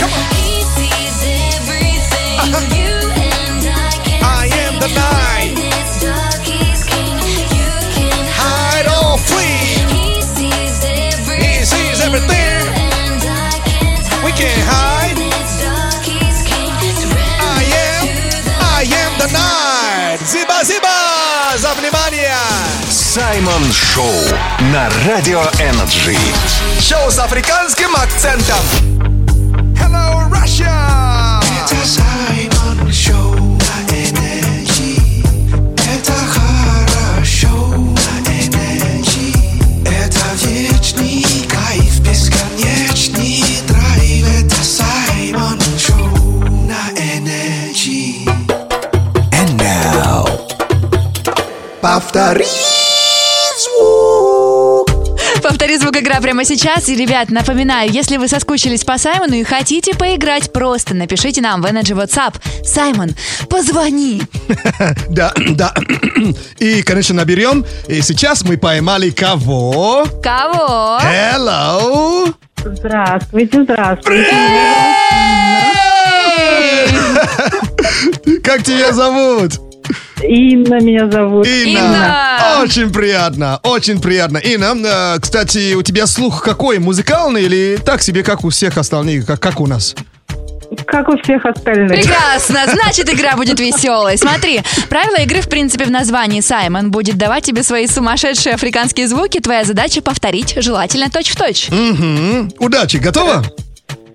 S4: Come on. Uh-huh.
S12: He sees everything you and I can't
S4: I am the night.
S12: When it's dark, he's king. You can
S4: Hide or flee.
S12: He sees everything.
S4: He sees everything.
S12: And I
S4: Пожалуйста, внимание!
S3: Саймон Шоу на Радио Энерджи.
S8: Шоу с африканским акцентом. Hello, Russia!
S5: Это Саймон Шоу на Энерджи. Это хорошо на Энерджи. Это вечный кайф, бесконечный драйв. Это Саймон Шоу на Энерджи.
S8: And now. Повтори.
S2: Повтори звук игра прямо сейчас. И, ребят, напоминаю, если вы соскучились по Саймону и хотите поиграть, просто напишите нам в Energy WhatsApp. Саймон, позвони.
S1: Да, да. И, конечно, наберем. И сейчас мы поймали кого?
S2: Кого?
S1: Hello!
S7: Здравствуйте, здравствуйте.
S1: Как тебя зовут?
S7: Инна меня зовут.
S1: Инна.
S7: Инна.
S1: Очень приятно, очень приятно. Инна, э, кстати, у тебя слух какой? Музыкальный или так себе, как у всех остальных, как, как у нас?
S7: Как у всех остальных.
S2: Прекрасно, значит игра будет веселой. Смотри, правила игры в принципе в названии. Саймон будет давать тебе свои сумасшедшие африканские звуки. Твоя задача повторить, желательно точь-в-точь.
S1: Мгм. Удачи, готова? А,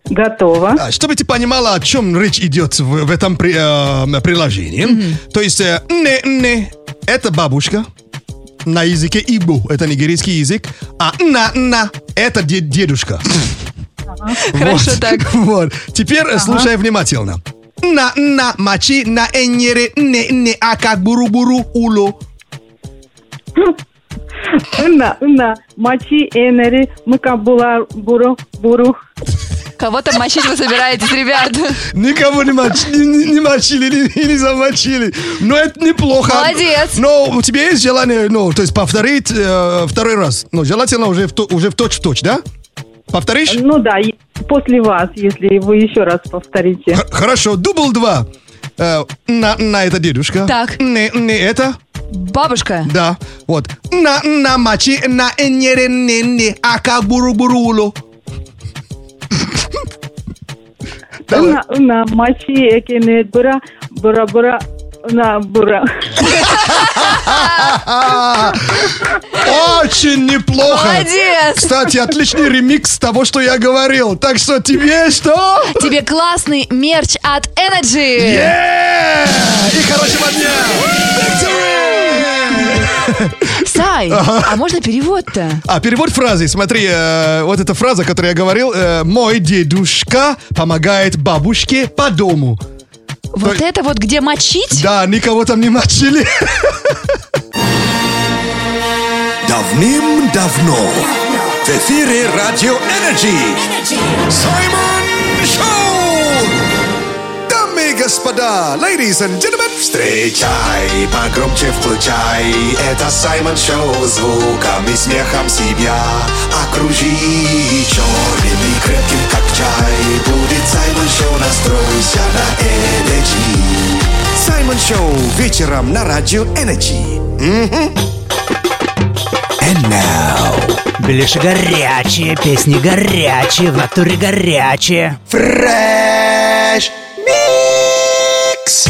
S7: Готова.
S1: чтобы ты понимала, о чем речь идет в, в этом при- э, приложении. То есть, э, не-не, это бабушка на языке ибу, это нигерийский язык, а на-на, это де- дедушка.
S2: Хорошо
S1: так. Вот. Теперь э, слушай внимательно. На на мачи на эньере не не а как буру буру уло.
S7: Инна, Инна, мачи энери, мы була буру, буру.
S2: Кого-то мочить вы собираетесь, ребят.
S1: Никого не, моч- не- не- не мочили или, или замочили. Но это неплохо.
S2: Молодец.
S1: Но у тебя есть желание, ну, то есть повторить э, второй раз. Но желательно уже в, то- уже в точь-в-точь, да? Повторишь?
S7: Ну да, и после вас, если вы еще раз повторите.
S1: Хорошо, дубл два. Э, на, на это дедушка.
S2: Так.
S1: Не, не это.
S2: Бабушка.
S1: Да, вот. На, на мачи, на эньере, не, не, а как буру буру уло. Давай.
S7: Инна, Инна, мачи экене бура, бура, бура, на бура.
S1: Очень неплохо.
S2: Молодец.
S1: Кстати, отличный ремикс того, что я говорил. Так что тебе что?
S2: Тебе классный мерч от Energy.
S1: И хорошего дня!
S2: Сай, а можно перевод-то?
S1: А, перевод фразы. Смотри, э, вот эта фраза, которую я говорил. э, Мой дедушка помогает бабушке по дому.
S2: Вот это вот где мочить?
S1: Да, никого там не мочили.
S5: Давным-давно в эфире Радио Энерджи Саймон Шоу! Дамы и господа, ladies and gentlemen, встречай, погромче включай, это Саймон Шоу, звуком и смехом себя окружи. Черным и крепким, как чай, будет Саймон Шоу, настройся на Энерджи. Саймон Шоу вечером на Радио Энерджи.
S13: Ближе горячие, песни горячие, в натуре горячие.
S5: Фрэш!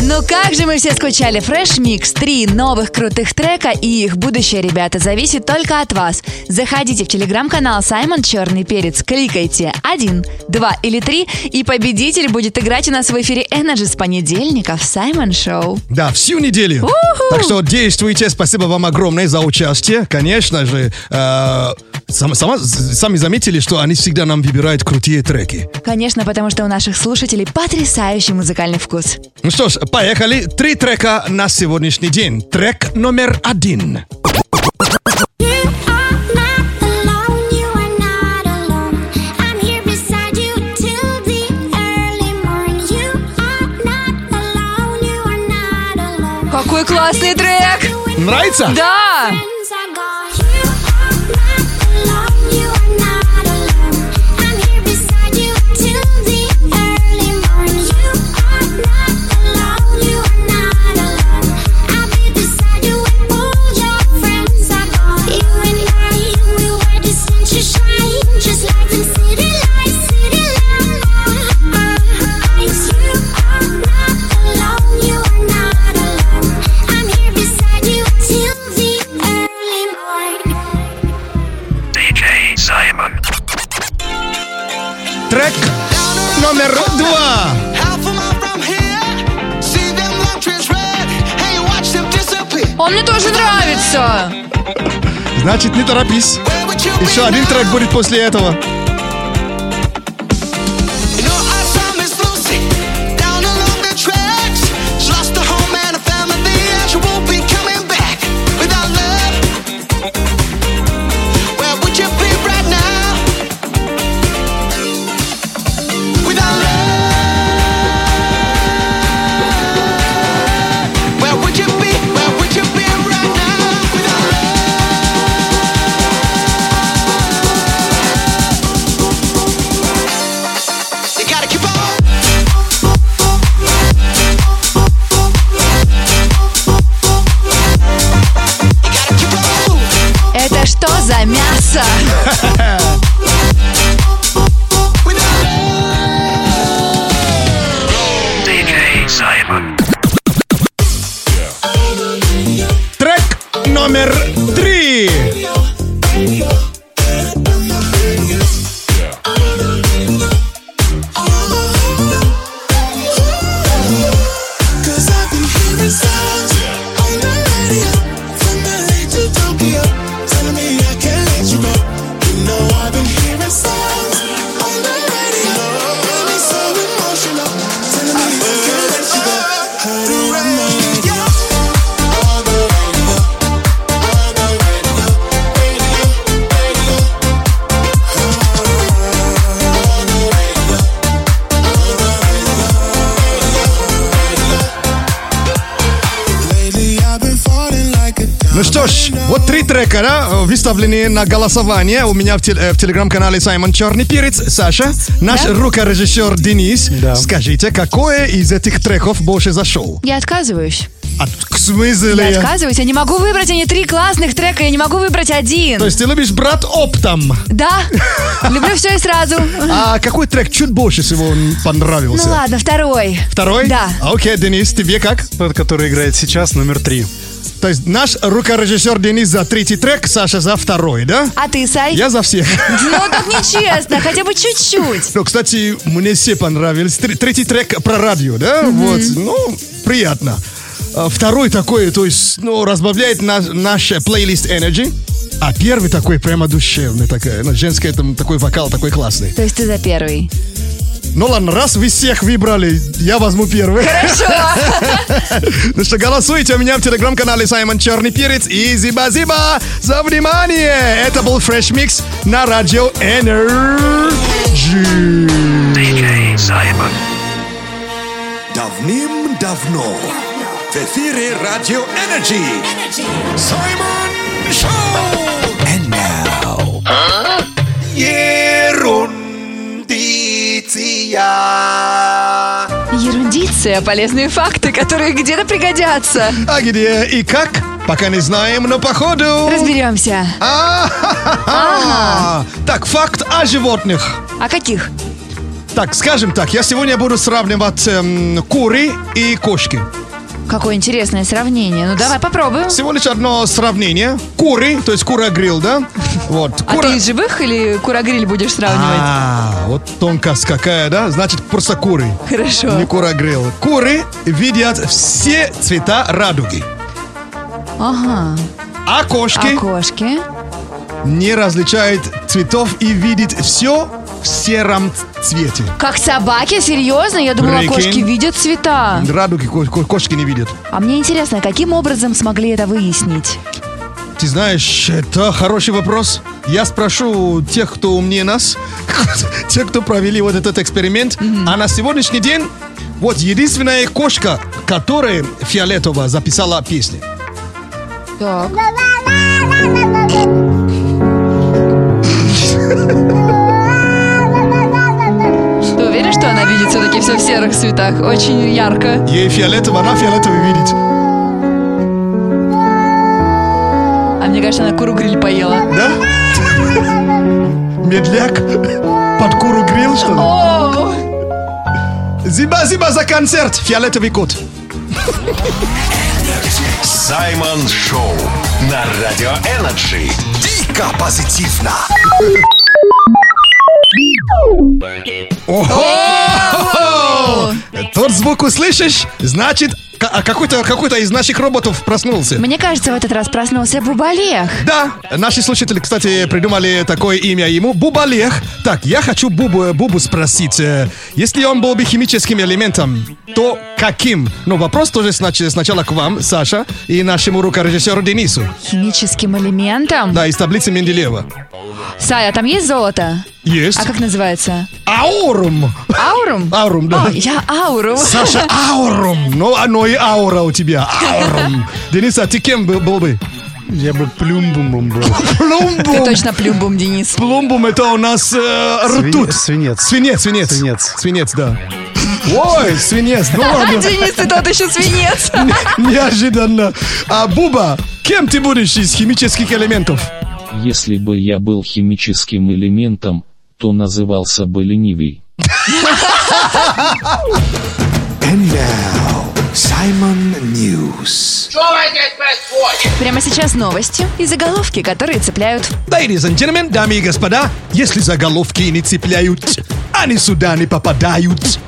S2: Ну как же мы все скучали. Fresh Mix. Три новых крутых трека и их будущее, ребята, зависит только от вас. Заходите в телеграм-канал Саймон Черный Перец, кликайте один, два или три, и победитель будет играть у нас в эфире Energy с понедельника в Саймон Шоу.
S1: Да, всю неделю.
S2: У-ху.
S1: Так что действуйте. Спасибо вам огромное за участие. Конечно же, э, сам- сама- сами заметили, что они всегда нам выбирают крутые треки.
S2: Конечно, потому что у наших слушателей потрясающий музыкальный вкус.
S1: Ну что ж, поехали. Три трека на сегодняшний день. Трек номер один.
S2: Какой классный трек!
S1: Нравится?
S2: Да!
S12: I'm here beside you till
S1: Трек номер два.
S2: Он мне тоже нравится.
S1: Значит, не торопись. Еще один трек будет после этого.
S2: Это что за мясо?
S1: Трек номер три. Ну что ж, вот три трека, да, выставлены на голосование у меня в, тел- э, в телеграм-канале Саймон Черный Перец. Саша, наш
S2: Да.
S1: рукорежиссер Денис, скажите, какое из этих треков больше зашел?
S2: Я отказываюсь.
S1: А, в смысле?
S2: Я отказываюсь. Я не могу выбрать. Они три классных трека. Я не могу выбрать один.
S1: То есть ты любишь брат оптом?
S2: Да. Люблю все и сразу.
S1: А какой трек чуть больше всего
S2: Ну
S1: понравился?
S2: ладно, второй.
S1: Второй?
S2: Да.
S1: А, Окей, Денис, тебе как?
S10: Тот, который играет сейчас, номер три.
S1: То есть наш рукорежиссер Денис за третий трек, Саша за второй, да?
S2: А ты, Сай?
S1: Я за всех.
S2: Ну так нечестно, хотя бы чуть-чуть.
S1: Ну, кстати, мне все понравились. Тр- Третий трек про радио, да? Вот, ну, приятно. А Второй такой, то есть, ну, разбавляет на- наш плейлист Energy. А первый такой прямо душевный, такая, ну, женская, там, такой вокал, такой классный.
S2: То есть ты за первый.
S1: Ну ладно, раз вы всех выбрали, я возьму первый.
S2: Хорошо.
S1: Ну что, голосуйте у меня в телеграм-канале Саймон Черный Перец и Зиба-Зиба за внимание. Это был Fresh Mix на радио Energy.
S3: Саймон.
S8: Давным-давно в эфире Радио Энерджи. Саймон Шоу! And now... Ерундиция!
S2: Ерундиция, полезные факты, которые где-то пригодятся.
S1: А где и как? Пока не знаем, но походу...
S2: Разберемся.
S1: А, Так, факт о животных.
S2: А каких?
S1: Так, скажем так, я сегодня буду сравнивать эм, куры и кошки.
S2: Какое интересное сравнение. Ну давай попробуем.
S1: Всего лишь одно сравнение. Куры, то есть кура грил, да? Вот.
S2: А ты из живых или курагриль будешь сравнивать?
S1: А, вот тонкость какая, да? Значит, просто куры.
S2: Хорошо.
S1: А. Не курагрил. Куры видят все цвета радуги.
S2: Ага.
S1: А кошки
S2: А кошки?
S1: не различают цветов и видят все в сером цвете.
S2: Как собаки? Серьезно? Я думала,
S1: Прикинь.
S2: кошки видят цвета.
S1: Радуги ко- ко- кошки не видят.
S2: А мне интересно, каким образом смогли это выяснить?
S1: Ты знаешь, это хороший вопрос. Я спрошу тех, кто умнее нас, те, кто провели вот этот эксперимент. А на сегодняшний день вот единственная кошка, которая фиолетово записала песни.
S2: Так. Ты уверен, что она видит все-таки все в серых цветах? Очень ярко.
S1: Ей фиолетово, она фиолетово видит.
S2: А мне кажется, она куру гриль поела.
S1: Да? Медляк под куру грил, что
S2: О!
S1: ли? Зиба-зиба за концерт, фиолетовый кот.
S3: Саймон Шоу на Радио Энерджи.
S8: Дико
S5: Только позитивно.
S1: Ого! Э, Тот звук услышишь, значит, к- а какой-то какой-то из наших роботов проснулся.
S2: Мне кажется, в этот раз проснулся Бубалех.
S1: Да, наши слушатели, кстати, придумали такое имя ему Бубалех. Так, я хочу Бубу, э, Бубу спросить, э, если он был бы химическим элементом, то каким? Но вопрос тоже снач- сначала к вам, Саша, и нашему рукорежиссеру Денису.
S2: Химическим элементом.
S1: Да, из таблицы Менделеева.
S2: Сая, там есть золото?
S1: Есть.
S2: А как называется?
S1: Аурум!
S2: Аурум?
S1: Аурум, да.
S2: О, я аурум.
S1: Саша, аурум! Ну, оно и аура у тебя. Аурум! Денис, а ты кем был, был бы? Я бы плюмбумом был. Плюмбум!
S2: Ты точно плюмбум, Денис.
S1: Плюмбум это у нас э,
S10: Свин-
S1: ртуть.
S10: свинец.
S1: Свинец, свинец. Свинец. да. Ой, свинец, ну ладно.
S2: А, Денис, ты тот еще свинец.
S1: Неожиданно. А Буба, кем ты будешь из химических элементов?
S14: Если бы я был химическим элементом, то назывался бы ленивый.
S5: And now, Simon News.
S2: Прямо сейчас новости и заголовки, которые цепляют.
S1: Ladies and gentlemen, дамы и господа, если заголовки не цепляют, они сюда не попадают.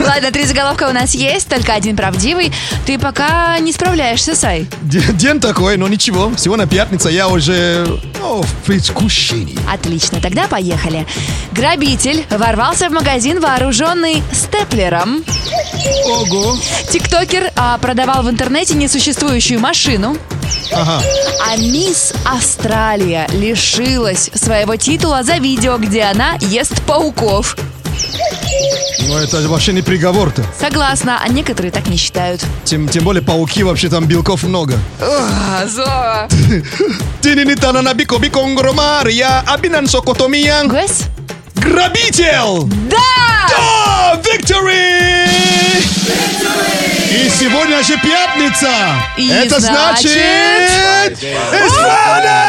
S2: Ладно, три заголовка у нас есть, только один правдивый. Ты пока не справляешься, Сай.
S1: Д- День такой, но ничего, всего на пятница я уже ну, в предвкушении.
S2: Отлично, тогда поехали. Грабитель ворвался в магазин, вооруженный степлером.
S1: Ого!
S2: Тиктокер а, продавал в интернете несуществующую машину.
S1: Ага.
S2: А мисс Австралия лишилась своего титула за видео, где она ест пауков.
S1: Но ну это вообще не приговор-то.
S2: Согласна, а некоторые так не считают.
S1: Тем, тем более пауки вообще там белков много.
S2: Ох, Зо.
S1: Тининитана на бико биконгро Мария, абинан сокотомиян. Грабитель!
S2: Да!
S1: Да! Victory! И сегодня же пятница!
S12: И
S1: Это
S12: значит-
S1: значит... It's Friday!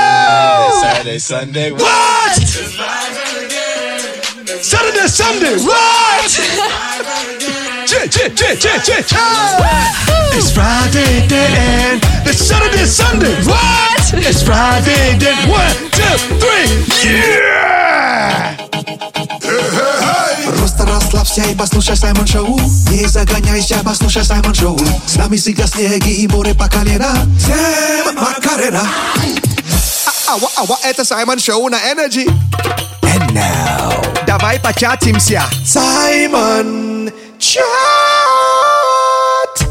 S1: What? Saturday, Sunday, what? Че, че, че, че, че, че! It's Friday then, it's Saturday, Sunday, what? It's Friday then, one, two, three, yeah!
S5: Просто расслабься и послушай Саймон Шоу Не загоняйся, послушай Саймон Шоу С нами всегда снеги и море по колено Всем Макарена
S4: Ауа, ауа, это Саймон Шоу на Energy.
S5: Давай початимся Саймон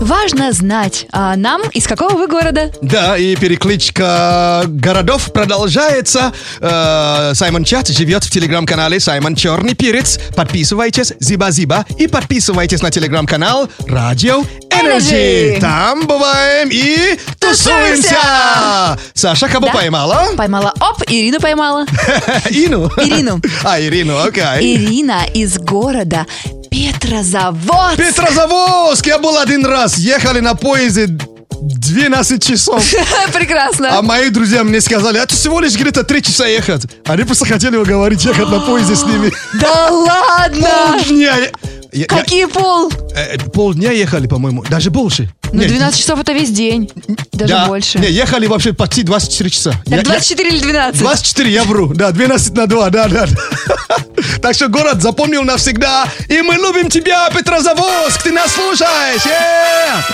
S2: Важно знать, а нам из какого вы города?
S1: Да, и перекличка городов продолжается. Э, Саймон Чат живет в телеграм-канале Саймон Черный Перец. Подписывайтесь, зиба-зиба, и подписывайтесь на телеграм-канал Радио Energy.
S2: Energy.
S1: Там бываем и тусуемся.
S2: Тусуемся.
S1: Саша, кого
S2: Да?
S1: поймала?
S2: Поймала. Оп, Ирину поймала.
S1: Ину?
S2: Ирину.
S1: А, Ирину, окей.
S2: Ирина из города Петрозаводск.
S1: Петрозаводск! Я был один раз. Ехали на поезде 12 часов.
S2: Прекрасно.
S1: А мои друзья мне сказали, а ты всего лишь где-то 3 часа ехать. Они просто хотели уговорить ехать на поезде с ними.
S2: Да ладно!
S1: Полдня. я- я-
S2: Какие пол?
S1: э, Полдня ехали, по-моему. Даже больше.
S2: Ну,
S1: Не,
S2: 12 часов это весь день. Даже
S1: да.
S2: больше.
S1: Не, ехали вообще почти 24 часа. Я- я-
S2: Так 24 или 12?
S1: 24, я вру. Да, 12 на 2, да, да. да. Так что город запомнил навсегда. И мы любим тебя, Петрозаводск, ты нас слушаешь. Э!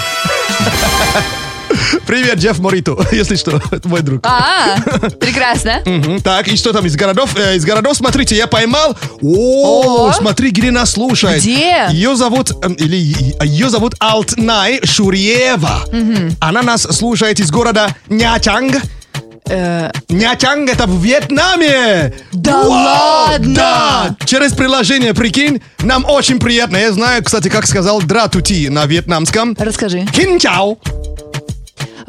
S1: Привет, Джефф Морито, если что, это мой друг.
S2: А, прекрасно.
S1: Мгм. Так, и что там из городов? Э, из городов, смотрите, я поймал. О,
S2: О.
S1: смотри, где нас слушает.
S2: Где?
S1: Ее зовут, эм, или е- ее зовут Алтнай Шурьева.
S2: Мгм.
S1: Она нас слушает из города Нячанг.
S2: Э,
S1: Нячанг это в Вьетнаме!
S2: Да
S1: Вау,
S2: ладно!
S1: Да! Через приложение, прикинь, нам очень приятно. Я знаю, кстати, как сказал дратути на вьетнамском.
S2: Расскажи.
S1: Кинчау!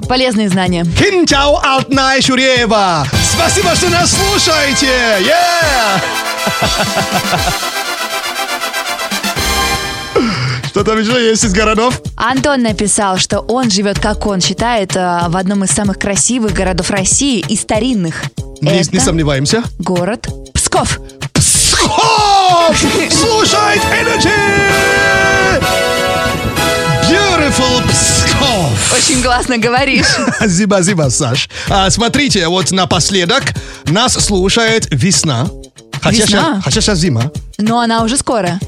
S2: Полезные знания.
S1: Кинчау Алтнай Шуреева! Спасибо, что нас слушаете! Yeah! Что там еще есть из городов?
S2: Антон написал, что он живет, как он считает, э, в одном из самых красивых городов России и старинных.
S1: Не,
S2: Это
S1: не сомневаемся.
S2: город Псков.
S1: Псков! Слушает Energy! Beautiful Псков!
S2: Очень гласно говоришь.
S1: Зиба-зиба, Саш. А, смотрите, вот напоследок нас слушает весна. Хотя,
S2: Весна?
S1: Сейчас, хотя сейчас зима.
S2: Но она уже скоро.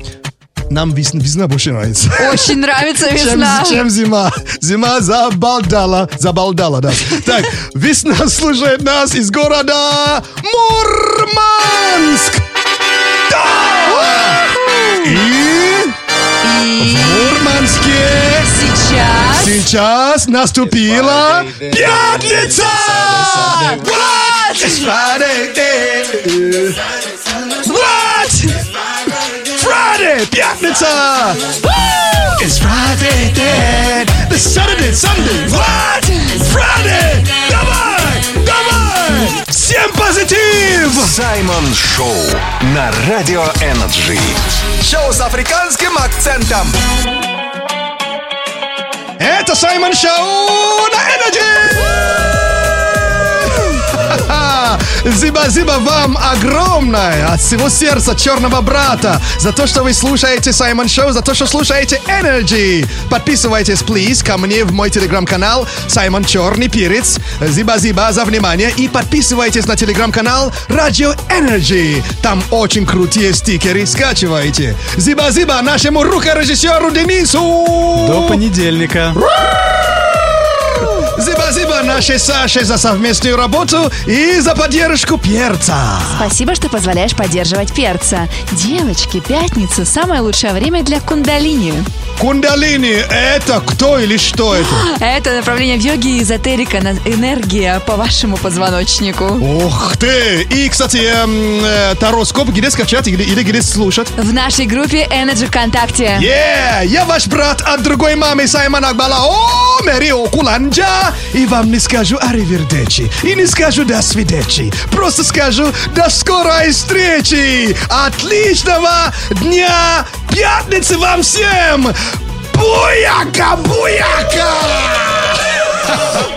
S1: Нам весна, весна больше нравится.
S2: Очень нравится
S1: Чем-
S2: весна.
S1: Чем, зима. Зима забалдала. Забалдала, да. Так, весна слушает нас из города Мурманск. Да! И... В Мурманске
S2: сейчас...
S1: Сейчас наступила пятница! What? Friday, пятница! It's Friday then, the Saturday, Sunday. What? Friday! Давай! Давай! Всем позитив!
S3: Саймон Шоу на Радио Энерджи.
S4: Шоу с африканским акцентом.
S1: Это Саймон Шоу на Энерджи! Зиба-зиба вам огромное от всего сердца черного брата за то, что вы слушаете Саймон Шоу, за то, что слушаете Energy. Подписывайтесь, please, ко мне в мой телеграм-канал Саймон Черный Перец. Зиба-зиба за внимание и подписывайтесь на телеграм-канал Радио Energy. Там очень крутые стикеры, скачивайте. Зиба-зиба нашему рукорежиссеру Денису!
S10: До понедельника.
S1: Зиба-зиба нашей Саше за совместную работу и за поддержку перца.
S2: Спасибо, что позволяешь поддерживать перца. Девочки, пятница – самое лучшее время для кундалини.
S1: Кундалини – это кто или что это?
S2: А Это направление в йоге и эзотерика, на- энергия по вашему позвоночнику.
S1: Ух ты! И, кстати, эм, э, тароскоп где скачать или, или где слушать?
S2: В нашей группе Energy ВКонтакте.
S1: Yeah! ja, Я ваш брат от другой мамы Саймон Акбала. О, Мэри Окуланджа! И вам не скажу аривердечи. И не скажу до свидечи. Просто скажу до скорой встречи! Отличного дня! Пятницы вам всем! Буяка, буяка!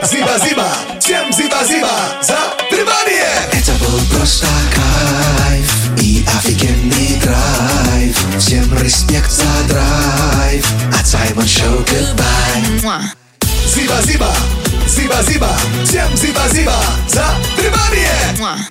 S5: Зиба-зиба, всем зиба-зиба за внимание! Это был просто кайф и офигенный драйв. Всем респект за драйв. От Саймон Шоу goodbye. Зиба-зиба, зиба-зиба, всем зиба-зиба за внимание!